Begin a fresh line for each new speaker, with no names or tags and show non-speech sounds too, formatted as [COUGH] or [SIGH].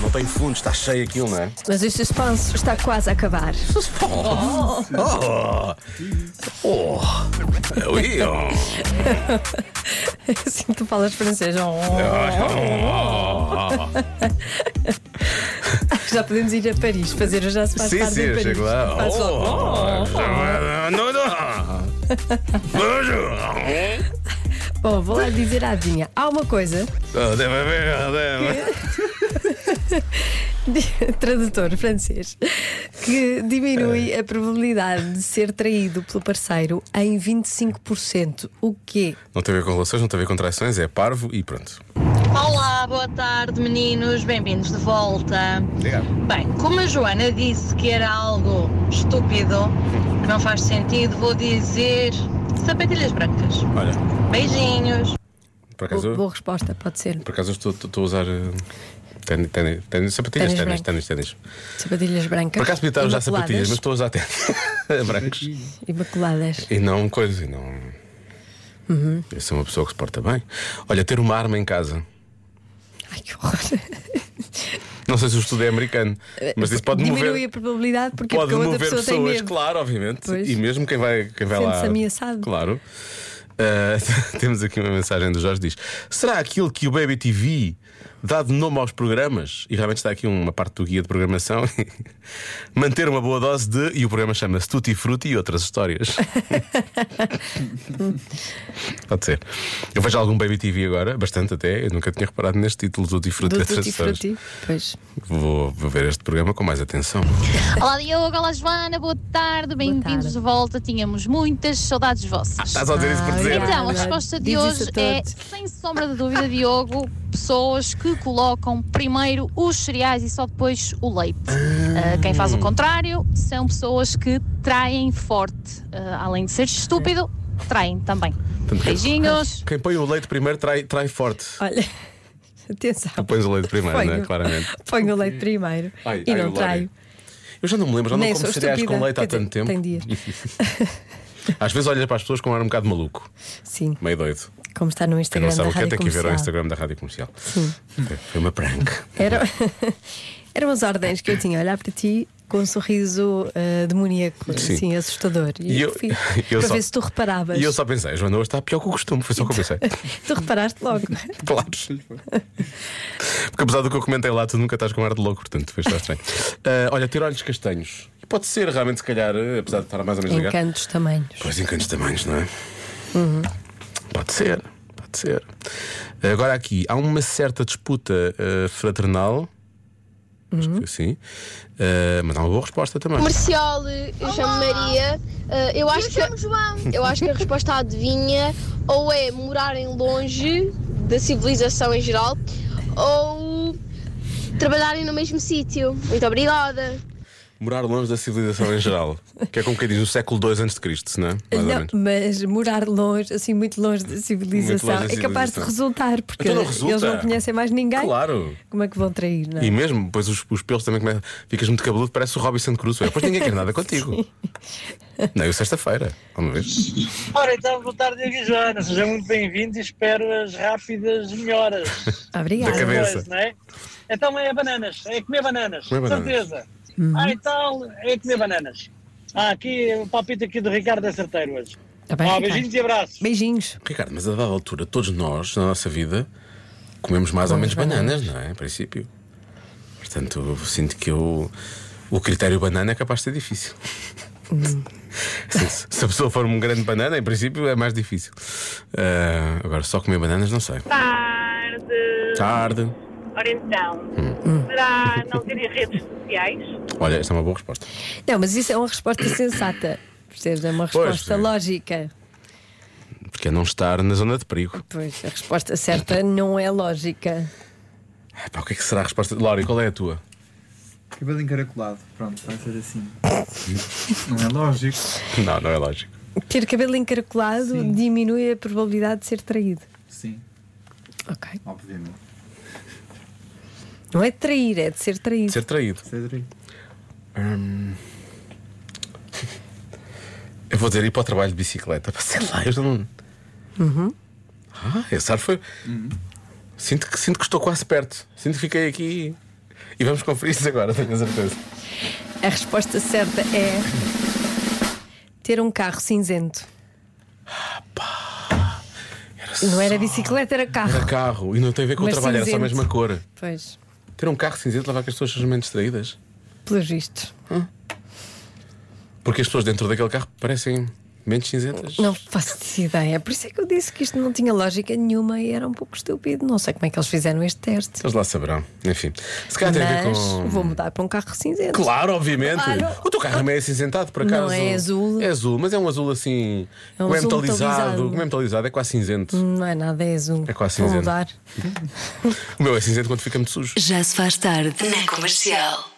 não tem fundo, está cheio aquilo,
[LAUGHS]
não é?
Mas o suspense está quase a acabar. [LAUGHS]
Oh! Oh! É o Ion!
Assim que tu falas francês. Oh, já podemos ir a Paris fazer o já se faz
Sim,
tarde
sim,
em
eu
Paris.
chego lá.
Faz logo. Oh.
Oh! Não, não! Bonjour!
Bom, vou lá dizer à adivinha. Há uma coisa, [LAUGHS]
Oh, Deve haver, deve
tradutor francês, que diminui
É.
a probabilidade de ser traído pelo parceiro em 25%. O quê?
Não tem a ver com relações, não tem a ver com traições, é parvo e pronto.
Olá, boa tarde meninos, bem-vindos de volta.
Obrigado.
Bem, como a Joana disse que era algo estúpido, que não faz sentido, vou dizer sapatilhas brancas.
Olha,
Beijinhos.
por
Boa,
acaso,
boa resposta, pode ser.
por acaso eu estou, estou a usar. eh, Tênis, tênis, tênis, sapatilhas,
Tênis
tênis, tênis,
branco.
tênis.
Sapatilhas brancas.
Por acaso podia estar a usar
imaculadas,
sapatilhas, mas estou a usar tênis [LAUGHS] brancos.
Imaculadas.
E não coisa, e não. Eu sou uma pessoa que se porta bem. Olha, ter uma arma em casa.
Ai que horror.
Não sei se o estudo é americano, mas isso pode
diminui
mover.
a probabilidade porque, é
Pode
porque a outra
mover
pessoa tem
pessoas,
medo.
claro, obviamente.
Pois.
E mesmo quem vai, quem vai lá.
Sente-se ameaçado.
Claro. Uh, [LAUGHS] temos aqui uma mensagem do Jorge diz: Será aquilo que o Baby TV dá de nome aos programas? E realmente está aqui uma parte do guia de programação. [LAUGHS] Manter uma boa dose de. E o programa chama-se Tutti Frutti e outras
[LAUGHS]
histórias. Pode ser. Eu vejo algum Baby TV agora, bastante até. Eu nunca tinha reparado neste título Tutti Frutti e
Do
[LAUGHS] outras
tutti
histórias.
frutti. Pois.
Vou, vou ver este programa com mais atenção.
Olá Diogo, olá Joana, boa tarde,
tarde.
bem-vindos de volta. Tínhamos muitas saudades vossas.
Estás a é dizer isso por
Ah,
dizer?
obrigada.
Então, a resposta de
Diz isso
hoje
a
é,
todos.
sem sombra de dúvida, Diogo, pessoas que colocam primeiro os cereais e só depois o leite. Ah, quem faz o contrário são pessoas que traem forte. Ah, além de ser estúpido, traem também.
Portanto, quem-
Beijinhos.
Quem põe o leite primeiro trai, trai forte.
Olha, [LAUGHS] atenção.
Tu pões o leite primeiro,
Ponho.
não é? Claramente.
[LAUGHS] Ponho o leite primeiro
Ai,
e
ai,
não
Glória.
traio.
Eu já não me lembro, já não
Nem
como
sou
cereais
estúpida.
com leite há
Quer
tanto tempo.
dizer, tem dias.
[LAUGHS] Às vezes olhas para as pessoas com um ar um bocado maluco,
Sim,
meio doido.
como está no
Quem não
Instagram da
sabe o que é,
Rádio
tem que ver ao
Comercial.
Instagram da rádio comercial. Sim. Foi uma prank.
Era... [LAUGHS] Eram as ordens que eu tinha, olhar para ti com um sorriso ah, demoníaco,
Sim.
assim, assustador.
E eu-
fui
[LAUGHS] eu
para
só-
ver se tu reparavas.
E eu só pensei, Joana, hoje está pior que o costume, foi só o que eu
[LAUGHS]
pensei.
Tu reparaste logo. é?
Claro. Porque apesar do que eu comentei lá, tu nunca estás com ar de louco, portanto, foi só
[LAUGHS]
estranho. Ah, olha, ter olhos castanhos. E Pode ser realmente, se calhar, eh, apesar de estar mais ou menos ligado.
Encantos tamanhos.
Pois encantos tamanhos, não é? Pode ser, pode ser. Agora aqui, há uma certa disputa eh, fraternal. Acho que sim. Eh, mas há uma boa resposta também.
Comercial, eu chamo Maria. Ah, eu acho que eu acho que a resposta à adivinha ou é morarem longe da civilização em geral ou trabalharem no mesmo sítio. Muito obrigada.
Morar longe da civilização em geral. que é como quem diz, no século II antes de Cristo, não é? Mais ou
Não,
menos.
mas morar longe, assim, muito longe da civilização,
longe da
é capaz de
civilização.
resultar, porque
Então não resulta.
eles não conhecem mais ninguém.
Claro.
Como é que vão trair, não é?
E mesmo, depois os, os pelos também começam. Ficas muito cabeludo, parece o Robinson Crusoe. Depois ninguém quer nada contigo. Não, eu sexta-feira. Vamos ver.
Ora, então, boa tarde, Diogo e Joana. Sejam muito bem-vindos e espero as rápidas melhoras.
Obrigada.
Da [LAUGHS] cabeça.
Pois, não é? Então é bananas, é comer bananas,
Comer bananas.
certeza.
Uhum.
Ah, e tal, é comer bananas. Ah, aqui, o palpite aqui do Ricardo é certeiro hoje.
Tá bem,
ah,
Ricardo?
beijinhos e abraços.
Beijinhos.
Ricardo, mas a dada altura, todos nós, na nossa vida, comemos mais ou
Comemos
menos bananas, não é? Em princípio. Portanto, eu sinto que eu, o critério banana é capaz de ser difícil. se, se a pessoa for um grande banana, em princípio é mais difícil. Ah, agora, só comer bananas, não sei.
tarde.
Tarde.
Ora então, será não terem redes sociais?
Olha, esta é uma boa resposta.
Não, mas isso é uma resposta sensata. Percebes? É uma
Pois,
resposta
sim.
lógica.
Porque é não estar na zona de perigo.
Pois, a resposta certa não é lógica.
Ah, pá, o que é que será a resposta? Lori, qual é a tua?
Cabelo encaracolado, pronto, vai ser assim. Não é lógico.
Não, não é lógico.
Ter cabelo encaracolado
Sim.
diminui a probabilidade de ser traído.
Sim,
Ok.
obviamente.
Não é de trair, é de ser traído.
Ser traído.
Cedric.
Hum. [LAUGHS] Eu vou dizer ir para o trabalho de bicicleta. Pá, Sei lá, eu já não.
Uhum.
Ah, esse ar foi. Sinto, que, sinto que estou quase perto. Sinto que fiquei aqui. E vamos conferir isso agora, tenho a certeza.
A resposta certa é. Ter um carro cinzento. Não era bicicleta, era
Era
carro.
carro, e não tem a ver com
Mas
o trabalho, era só a
cinzento.
mesma cor.
Pois,
Ter um carro cinzento leva a que as pessoas sejam menos distraídas.
pelos vistos.
Porque as pessoas dentro daquele carro parecem menos cinzentas.
Não faço ideia. Por isso é que eu disse que isto não tinha lógica nenhuma e era um pouco estúpido. Não sei como é que eles fizeram este teste.
Eles Então lá saberão. Enfim, se calhar tem a ver
Mas
com.
vou mudar para um carro cinzento.
Claro, obviamente.
Claro.
O teu carro é meio acinzentado, por acaso.
Não é azul.
É azul, mas é um azul assim.
É um
como é
azul
metalizado.
metalizado.
Como é metalizado, é quase cinzento.
Não é nada, é azul.
É quase
Vou
cinzento.
mudar.
O meu é cinzento quando fica muito sujo.
Já se faz tarde na comercial.